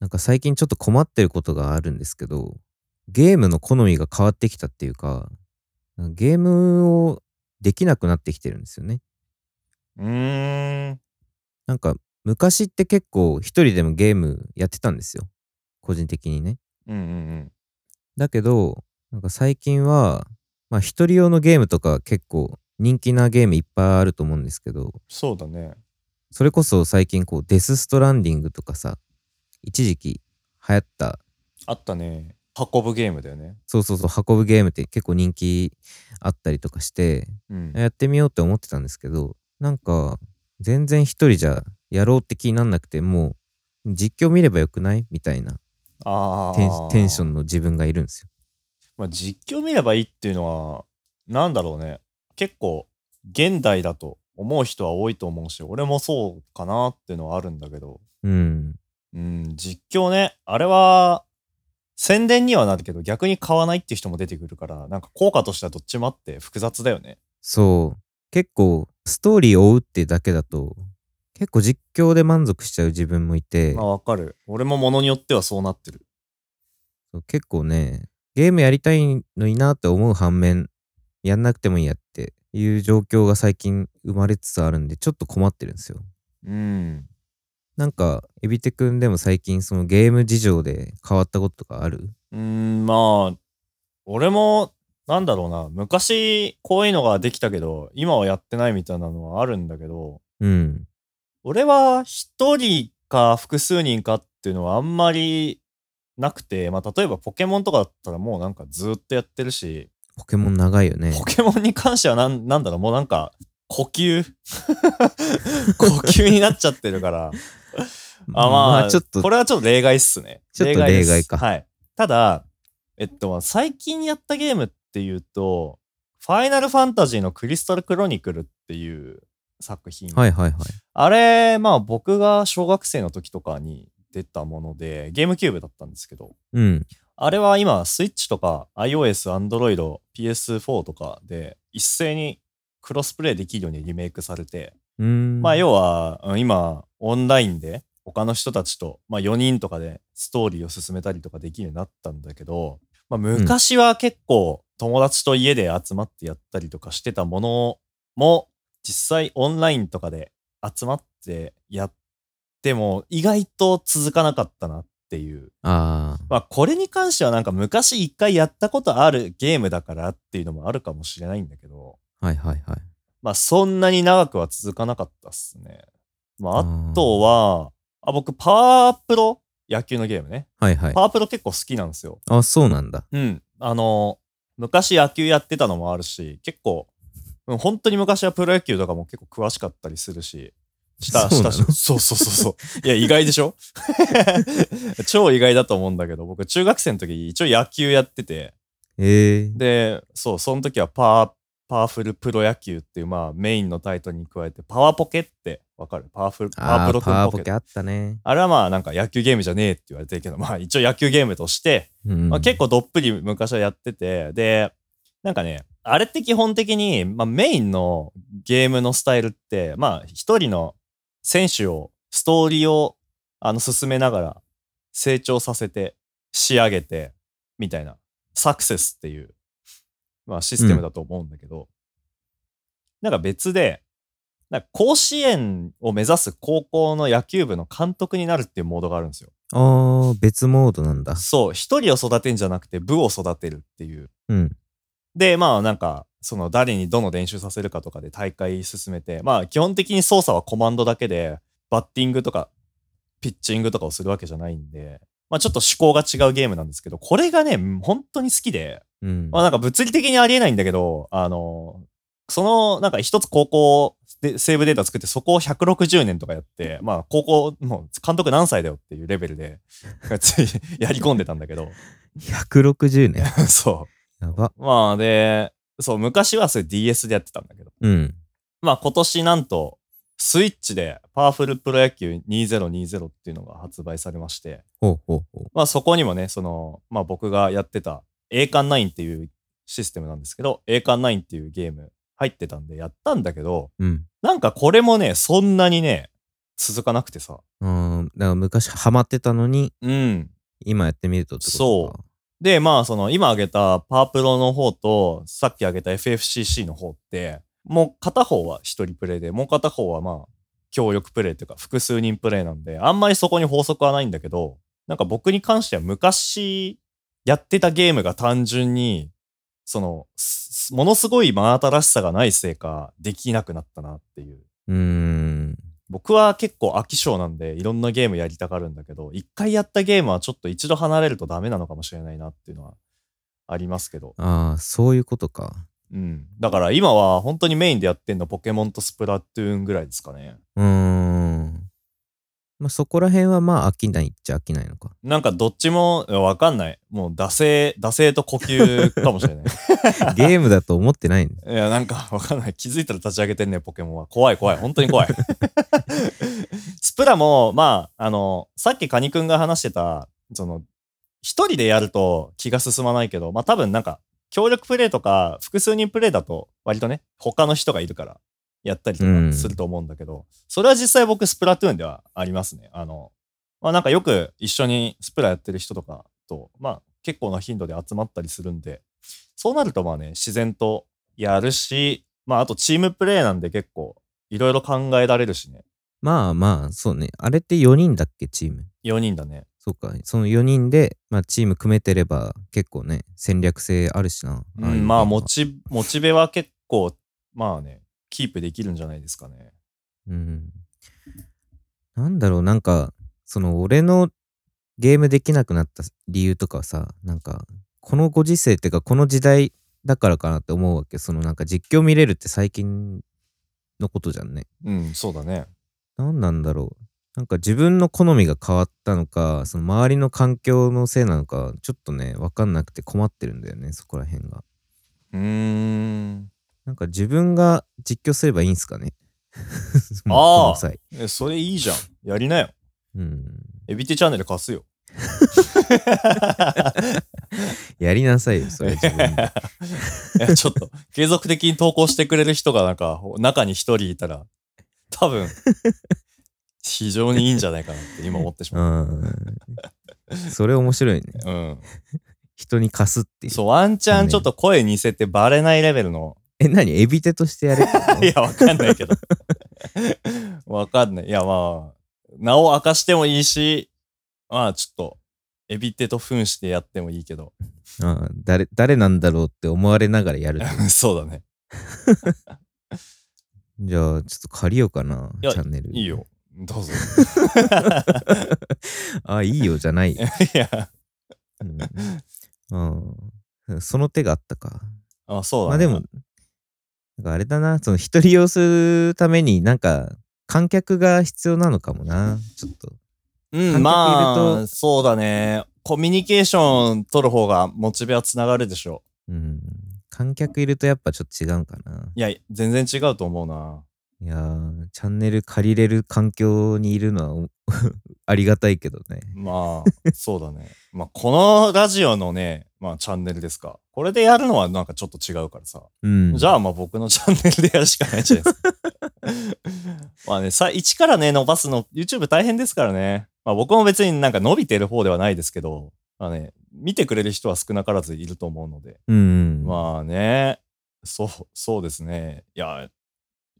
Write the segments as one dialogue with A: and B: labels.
A: なんか最近ちょっと困ってることがあるんですけど、ゲームの好みが変わってきたっていうか、なんゲームをできなくなってきてるんですよね。
B: うーん。
A: なんか昔って結構一人でもゲームやってたんですよ。個人的にね。
B: うんうん
A: だけど、なんか最近は、まあ一人用のゲームとか結構人気なゲームいっぱいあると思うんですけど、
B: そうだね。
A: それこそ最近こうデスストランディングとかさ、一時期流行った
B: あったね。運ぶゲームだよね。
A: そうそうそう運ぶゲームって結構人気あったりとかして
B: うん。
A: やってみようって思ってたんですけどなんか全然一人じゃやろうって気になんなくてもう実況見ればよくないみたいな
B: ああ。
A: テンテンション。の自分がいるんですよ。
B: まあ、実況見ればいいっていうのは、なんだろうね。結構、現代だと思う人は多いと思うし、俺もそうかなっていうのはあるんだけど、
A: うん、
B: うん、実況ね、あれは、宣伝にはなるけど、逆に買わないっていう人も出てくるから、なんか効果としてはどっちもあって複雑だよね。
A: そう結構ストーリーを追うってだけだと結構実況で満足しちゃう自分もいて
B: まあ、わかる。俺も物によってはそうなってる。
A: そう結構ねゲームやりたいのになって思う反面やんなくてもいいやっていう状況が最近生まれつつあるんでちょっと困ってるんですよ
B: うん。
A: なんかエビテくんでも最近そのゲーム事情で変わったこととかある
B: うーん、まあ、俺も、なんだろうな、昔こういうのができたけど、今はやってないみたいなのはあるんだけど、
A: うん
B: 俺は一人か複数人かっていうのはあんまりなくて、まあ、例えばポケモンとかだったらもうなんかずっとやってるし、
A: ポケモン長いよね
B: ポケモンに関してはなんなんだろう、もうなんか、呼吸 呼吸になっちゃってるから。あまあ、
A: ちょっと
B: これはちょっと例外っすね。
A: ちょっと
B: です
A: 例外か
B: はい。ただ、えっと、最近やったゲームっていうと、ファイナルファンタジーのクリスタルクロニクルっていう作品。
A: はいはいはい
B: あれ、まあ僕が小学生の時とかに出たもので、ゲームキューブだったんですけど、
A: うん
B: あれは今、スイッチとか iOS、Android、PS4 とかで一斉にクロスプレイできるようにリメイクされて、
A: うーん
B: まあ要はうん今オンラインで他の人たちと、まあ、4人とかでストーリーを進めたりとかできるようになったんだけど、まあ、昔は結構友達と家で集まってやったりとかしてたものも実際オンラインとかで集まってやっても意外と続かなかったなっていう
A: あ
B: まあこれに関してはなんか昔一回やったことあるゲームだからっていうのもあるかもしれないんだけど
A: あはいはいはい
B: まあそんなに長くは続かなかったっすね。まああとは、あ僕パワープロ野球のゲームね。
A: はいはい
B: パワープロ結構好きなんですよ。
A: あそうなんだ
B: うん。あの、昔野球やってたのもあるし、結構、うん本当に昔はプロ野球とかも結構詳しかったりするし、した、
A: そう
B: し
A: な
B: た
A: の
B: し、 そうそうそう そう。いや、意外でしょ超意外だと思うんだけど、僕中学生の時一応野球やってて、
A: えー、
B: で、そう、その時はパワー、パワフルプロ野球っていう、まあ、メインのタイトルに加えて、パワーポケってわかるパワフル、パワー
A: あ
B: プ
A: ー
B: ロく
A: パワ
B: ん
A: ー
B: ポ
A: ポ
B: ケ
A: ケ。あったね
B: あれはまあ、なんか野球ゲームじゃねえって言われてるけど、まあ、一応野球ゲームとして、
A: うん、
B: まあ、結構どっぷり昔はやってて、で、なんかね、あれって基本的に、まあ、メインのゲームのスタイルって、まあ、一人の選手を、ストーリーを、あの、進めながら、成長させて、仕上げて、みたいな、サクセスっていう、まあ、システムだと思うんだけど、なんか別で、なんか甲子園を目指す高校の野球部の監督になるっていうモードがあるんですよ。
A: あー別モードなんだ
B: そう、一人を育てんじゃなくて部を育てるっていう。
A: うん
B: で、まあなんか、その誰にどの練習させるかとかで大会進めて、まあ基本的に操作はコマンドだけで、バッティングとか、ピッチングとかをするわけじゃないんで、まあちょっと趣向が違うゲームなんですけど、これがね、本当に好きで、
A: うん
B: まあなんか物理的にありえないんだけど、あの、そのなんか一つ高校でセーブデータ作ってそこを160年とかやって、まあ高校、もう監督何歳だよっていうレベルで、 ついやり込んでたんだけど、
A: 160年
B: そ
A: やば
B: う。まあで、そう、昔はそれ DS でやってたんだけど、
A: うん
B: まあ今年なんと、スイッチでパワフルプロ野球2020っていうのが発売されまして、
A: ほうほうほう
B: まあそこにもね、その、まあ僕がやってた栄冠9っていうシステムなんですけど、栄冠9っていうゲーム入ってたんでやったんだけど、
A: うん
B: なんかこれもね、そんなにね、続かなくてさ。
A: うん。だから昔ハマってたのに、
B: うん。
A: 今やってみるとってこと。
B: そうで、まあ、その、今挙げたパープロの方と、さっき挙げた FFCC の方って、もう片方は一人プレイで、もう片方はまあ、協力プレイというか、複数人プレイなんで、あんまりそこに法則はないんだけど、なんか僕に関しては昔やってたゲームが単純に、その、すものすごい真新しさがないせいか、できなくなったなっていう。
A: うーん。
B: 僕は結構飽き性なんでいろんなゲームやりたがるんだけど一回やったゲームはちょっと一度離れるとダメなのかもしれないなっていうのはありますけど、
A: ああ、そういうことか。
B: うん、だから今は本当にメインでやってんのポケモンとスプラトゥーンぐらいですかね
A: うーん。まあそこら辺はまあ飽きないっちゃ飽きないの か。
B: なんかどっちもいやわかんないもう惰性惰性と呼吸かもしれない
A: ゲームだと思ってないんだ。
B: いやなんかわかんない気づいたら立ち上げてんねポケモンは怖い怖い本当に怖い スプラもまああのさっきカニくんが話してたその一人でやると気が進まないけどまあ多分なんか協力プレイとか複数人プレイだと割とね他の人がいるからやったりと
A: うん
B: かすると思うんだけど、それは実際僕スプラトゥーンではありますねあのまあなんかよく一緒にスプラやってる人とかとまあ結構な頻度で集まったりするんでそうなるとまあね自然とやるし、まあ、あとチームプレーなんで結構いろいろ考えられるしね。
A: まあまあ、そうね。あれって4人だっけ、チーム。
B: 4人だね。
A: そうか。その4人で、まあチーム組めてれば結構ね、戦略性あるしな。
B: う、
A: ああいうん
B: ま
A: ゲームは
B: あ、モチ、モチベは結構、まあね、キープできるんじゃないですかね。
A: うん。なんだろう、なんか、その俺のゲームできなくなった理由とかはさ、なんか、このご時世っていうか、この時代だからかなって思うわけ。そのなんか実況見れるって最近のことじゃんね。
B: うん、そうだね。
A: なんなんだろう。なんか自分の好みが変わったのか、その周りの環境のせいなのか、ちょっとね、わかんなくて困ってるんだよね、そこら辺が。
B: うーん。
A: なんか自分が実況すればいいんすかね。 もう
B: あー
A: この際
B: え、それいいじゃん。やりなよ。
A: うん。
B: エビティチャンネル貸すよ。
A: やりなさいよ、 それ自分で。
B: いやちょっと、継続的に投稿してくれる人が、なんか、中に1人いたら、多分、非常にいいんじゃないかなって今思ってしまう。
A: うん。それ面白いね。
B: うん。
A: 人に貸すっていう。
B: そう、ワンチャンちょっと声似せてバレないレベルの。
A: え、何エビ手としてやれってこと
B: いや、わかんないけど。 わかんない。いや、まあ、名を明かしてもいいし、まあ、ちょっと、エビテと扮してやってもいいけど。
A: ああ誰誰なんだろうって思われながらやるって。
B: そうだね。
A: じゃあ、ちょっと借りようかな、チ
B: いや
A: ャンネル。
B: いい。よ。ど うぞ。
A: あ、いいよじゃ ない。
B: いや、
A: うんうん、その手があったか。
B: あそう
A: ま
B: だ
A: あ
B: ね。
A: でも、なんかあれだな、その一人用するために、なんか、観客が必要なのかもな、ちょっと。
B: う
A: 観客いると
B: ん、まあ、そうだね。コミュニケーション取る方がモチベはつながるでしょ
A: うん。観客いるとやっぱちょっと違うかな。
B: う。いや、全然違うと思うな。
A: いやー、チャンネル借りれる環境にいるのはお ありがたいけどね。
B: まあ、そうだ ね。まあ、このラジオのね、まあ、チャンネルですか。これでやるのはなんかちょっと違うからさ。
A: うん。
B: じゃあ、まあ、僕のチャンネルでやるしかないんじゃない ですか。まあね、さ、一からね、伸ばすの、YouTube 大変ですからね。まあ、僕も別になんか伸びてる方ではないですけど、まあね、見てくれる人は少なからずいると思うので。
A: うん。あ、
B: まあね、そう、そうですね。いや、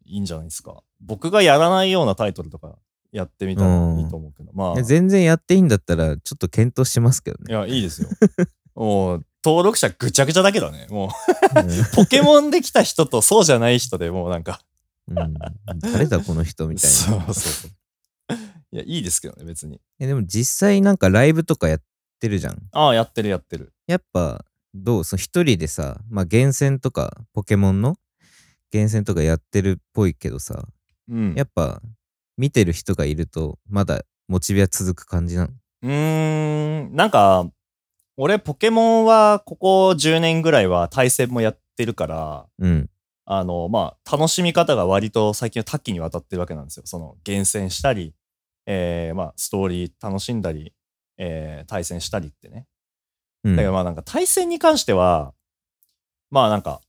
B: いいんじゃないですか。僕がやらないようなタイトルとかやってみたらいいと思うけど。まあ、
A: 全然やっていいんだったら、ちょっと検討しますけど
B: い
A: ね。
B: や、いいですよ。もう、登録者ぐちゃぐちゃだけどね。も
A: うん
B: う、ポケモンできた人とそうじゃない人でもうなんか、
A: うん、誰だこの人みたい
B: そう
A: な
B: そうそう。いや、いいですけどね、別に。
A: え。でも実際なんかライブとかやってるじゃん。
B: ああ、やってるやってる。
A: やっぱ、どうその一人でさ、まあ厳選とか、ポケモンの厳選とかやってるっぽいけどさ、
B: うん。
A: やっぱ見てる人がいると、まだモチベは続く感じなの。
B: うーん、なんか、俺、ポケモンはここ10年ぐらいは対戦もやってるから、
A: うん。
B: あの、まあ、楽しみ方が割と最近は多岐にわたってるわけなんですよ。その、厳選したり、えーまあ、ストーリー楽しんだり、えー対戦したりってね。
A: うん。
B: だけどまあなんか対戦に関しては、まあなんか、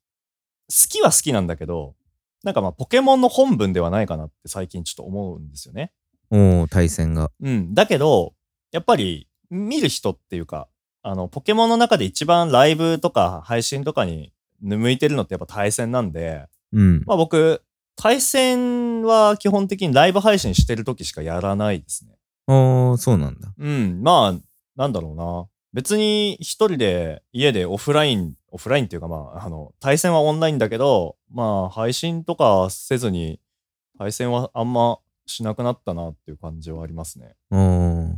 B: 好きは好きなんだけど、なんかまあポケモンの本文ではないかなって最近ちょっと思うんですよね。
A: おー対戦が。
B: うん、だけどやっぱり見る人っていうかあのポケモンの中で一番ライブとか配信とかに向いてるのってやっぱ対戦なんで、
A: うん。
B: まあ、僕対戦は基本的にライブ配信してる時しかやらないですね。
A: ああ、そうなんだ。
B: うん、まあなんだろうな別に一人で家でオフラインオフラインっていうかまああの対戦はオンラインだけどまあ配信とかせずに対戦はあんましなくなったなっていう感じはありますね。
A: あー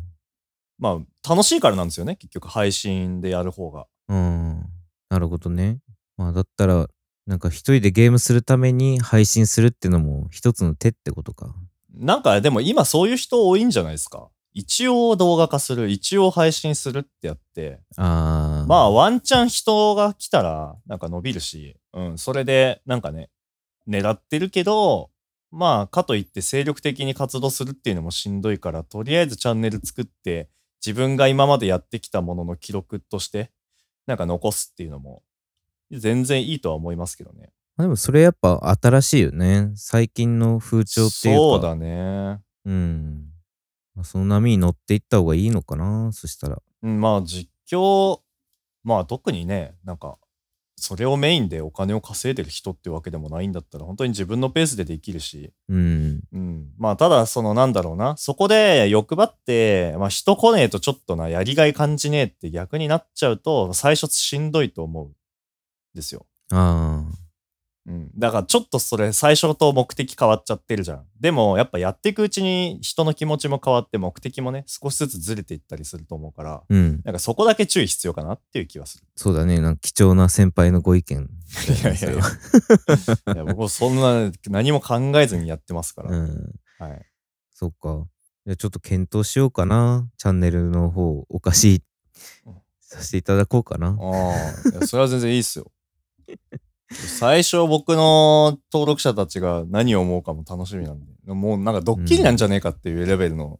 B: まあ、楽しいからなんですよね、結局、配信でやる方が。
A: うん。なるほどね。まあ、だったら、なんか一人でゲームするために配信するってのも一つの手ってことか。
B: なんか、でも今そういう人多いんじゃないですか。一応動画化する、一応配信するってやって、
A: ああ。
B: まあ、ワンチャン人が来たら、なんか伸びるし、うん、それで、なんかね、狙ってるけど、まあ、かといって精力的に活動するっていうのもしんどいから、とりあえずチャンネル作って、自分が今までやってきたものの記録として、なんか残すっていうのも、全然いいとは思いますけどね。
A: まあでもそれやっぱ新しいよね。最近の風潮っていうか。
B: そうだね。
A: うん。まあその波に乗っていった方がいいのかな、そしたら。
B: うんまあ実況まあ特にねなんかそれをメインでお金を稼いでる人ってわけでもないんだったら本当に自分のペースでできるし、
A: うん。
B: うん、まあただそのなんだろうなそこで欲張って、まあ、人来ねえとちょっとなやりがい感じねえって逆になっちゃうと最初しんどいと思うんですよ。
A: あ
B: うん、だからちょっとそれ最初と目的変わっちゃってるじゃん。でもやっぱやっていくうちに人の気持ちも変わって目的もね少しずつずれていったりすると思うから
A: あ。うん。
B: なんかそこだけ注意必要かなっていう気はする。
A: そうだね。なんか貴重な先輩のご意見。
B: いやいやいや。いや僕もそんな何も考えずにやってますから。
A: うん。
B: はい。
A: そっか。じゃあちょっと検討しようかな。チャンネルの方、お貸し
B: うん
A: させていただこうかな。
B: ああ、いやそれは全然いいっすよ。最初僕の登録者たちが何を思うかも楽しみなんで、もうなんかドッキリなんじゃねえかっていうレベルの。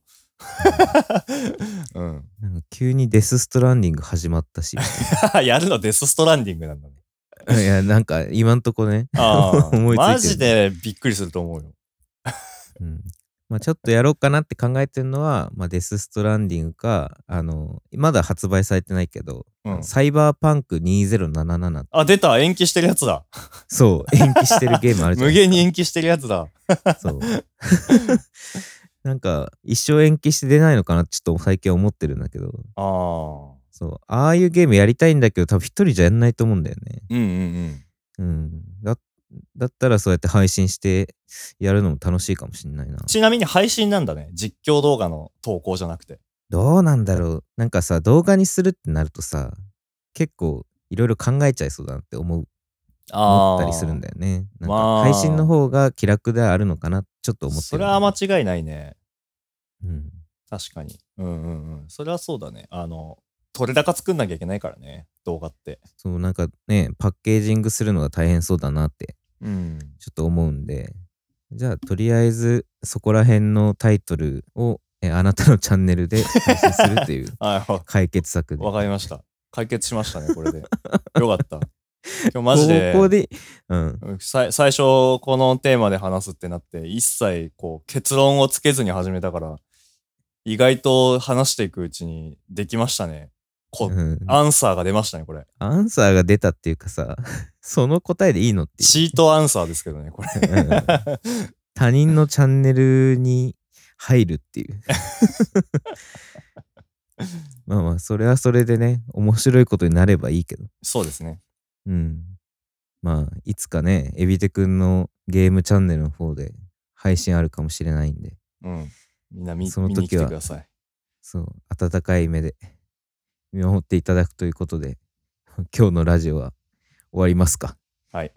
B: うん。
A: なんか急にデスストランディング始まったし。
B: やるのデスストランディングなんだね。
A: いや、なんか今んとこね。
B: ああ、
A: 思いついてる
B: マジでびっくりすると思うよ。
A: うん。まあちょっとやろうかなって考えてるのは、まあ、デスストランディングか、あの、まだ発売されてないけど、
B: うん。
A: サイバーパンク2077って
B: あ、出た延期してるやつだ。
A: そう、延期してるゲームあるじゃん。
B: 無限に延期してるやつだ。
A: そう。 なんか、一生延期して出ないのかなってちょっと最近思ってるんだけど、
B: ああ。
A: そう、ああいうゲームやりたいんだけど、多分一人じゃやんないと思うんだよね。
B: うんうんうん。
A: うん。だだったらそうやって配信してやるのも楽しいかもしんないな。
B: ちなみに配信なんだね。実況動画の投稿じゃなくて。
A: どうなんだろうなんかさ、動画にするってなるとさ、結構いろいろ考えちゃいそうだなって思う思ったりするんだ
B: よ。
A: よね。なん
B: まあ
A: か配信の方が気楽ではあるのかなちょっと思ってる。
B: それは間違いないね。
A: うん、
B: 確かに。うんうんうん。それはそうだね。あの、撮れ高作んなきゃいけないからね。動画って。
A: そうなんかねパッケージングするのが大変そうだなって
B: うん。
A: ちょっと思うんでじゃあとりあえずそこら辺のタイトルをえあなたのチャンネルで配信するっていう
B: あ わ
A: 解決策で
B: わかりました。解決しましたね、こ れで。よかった。今日マジで
A: ここでうん
B: うんさい最初このテーマで話すってなって一切こう結論をつけずに始めたから意外と話していくうちにできましたね。こ
A: うん、
B: アンサーが出ましたね、これ。
A: アンサーが出たっていうかさ その答えでいいのってい
B: チートアンサーですけどね、これ。
A: う、うん他人のチャンネルに入るって いうまあまあそれはそれでね面白いことになればいいけど
B: そうですね。
A: うん。まあ、いつかね、エビテくんのゲームチャンネルの方で配信あるかもしれないんで、
B: うん。みんな見
A: その
B: 見に来
A: 時
B: て
A: は
B: ください。
A: そう、温かい目で 見守っていただくということで、今日のラジオは終わりますか。
B: はい。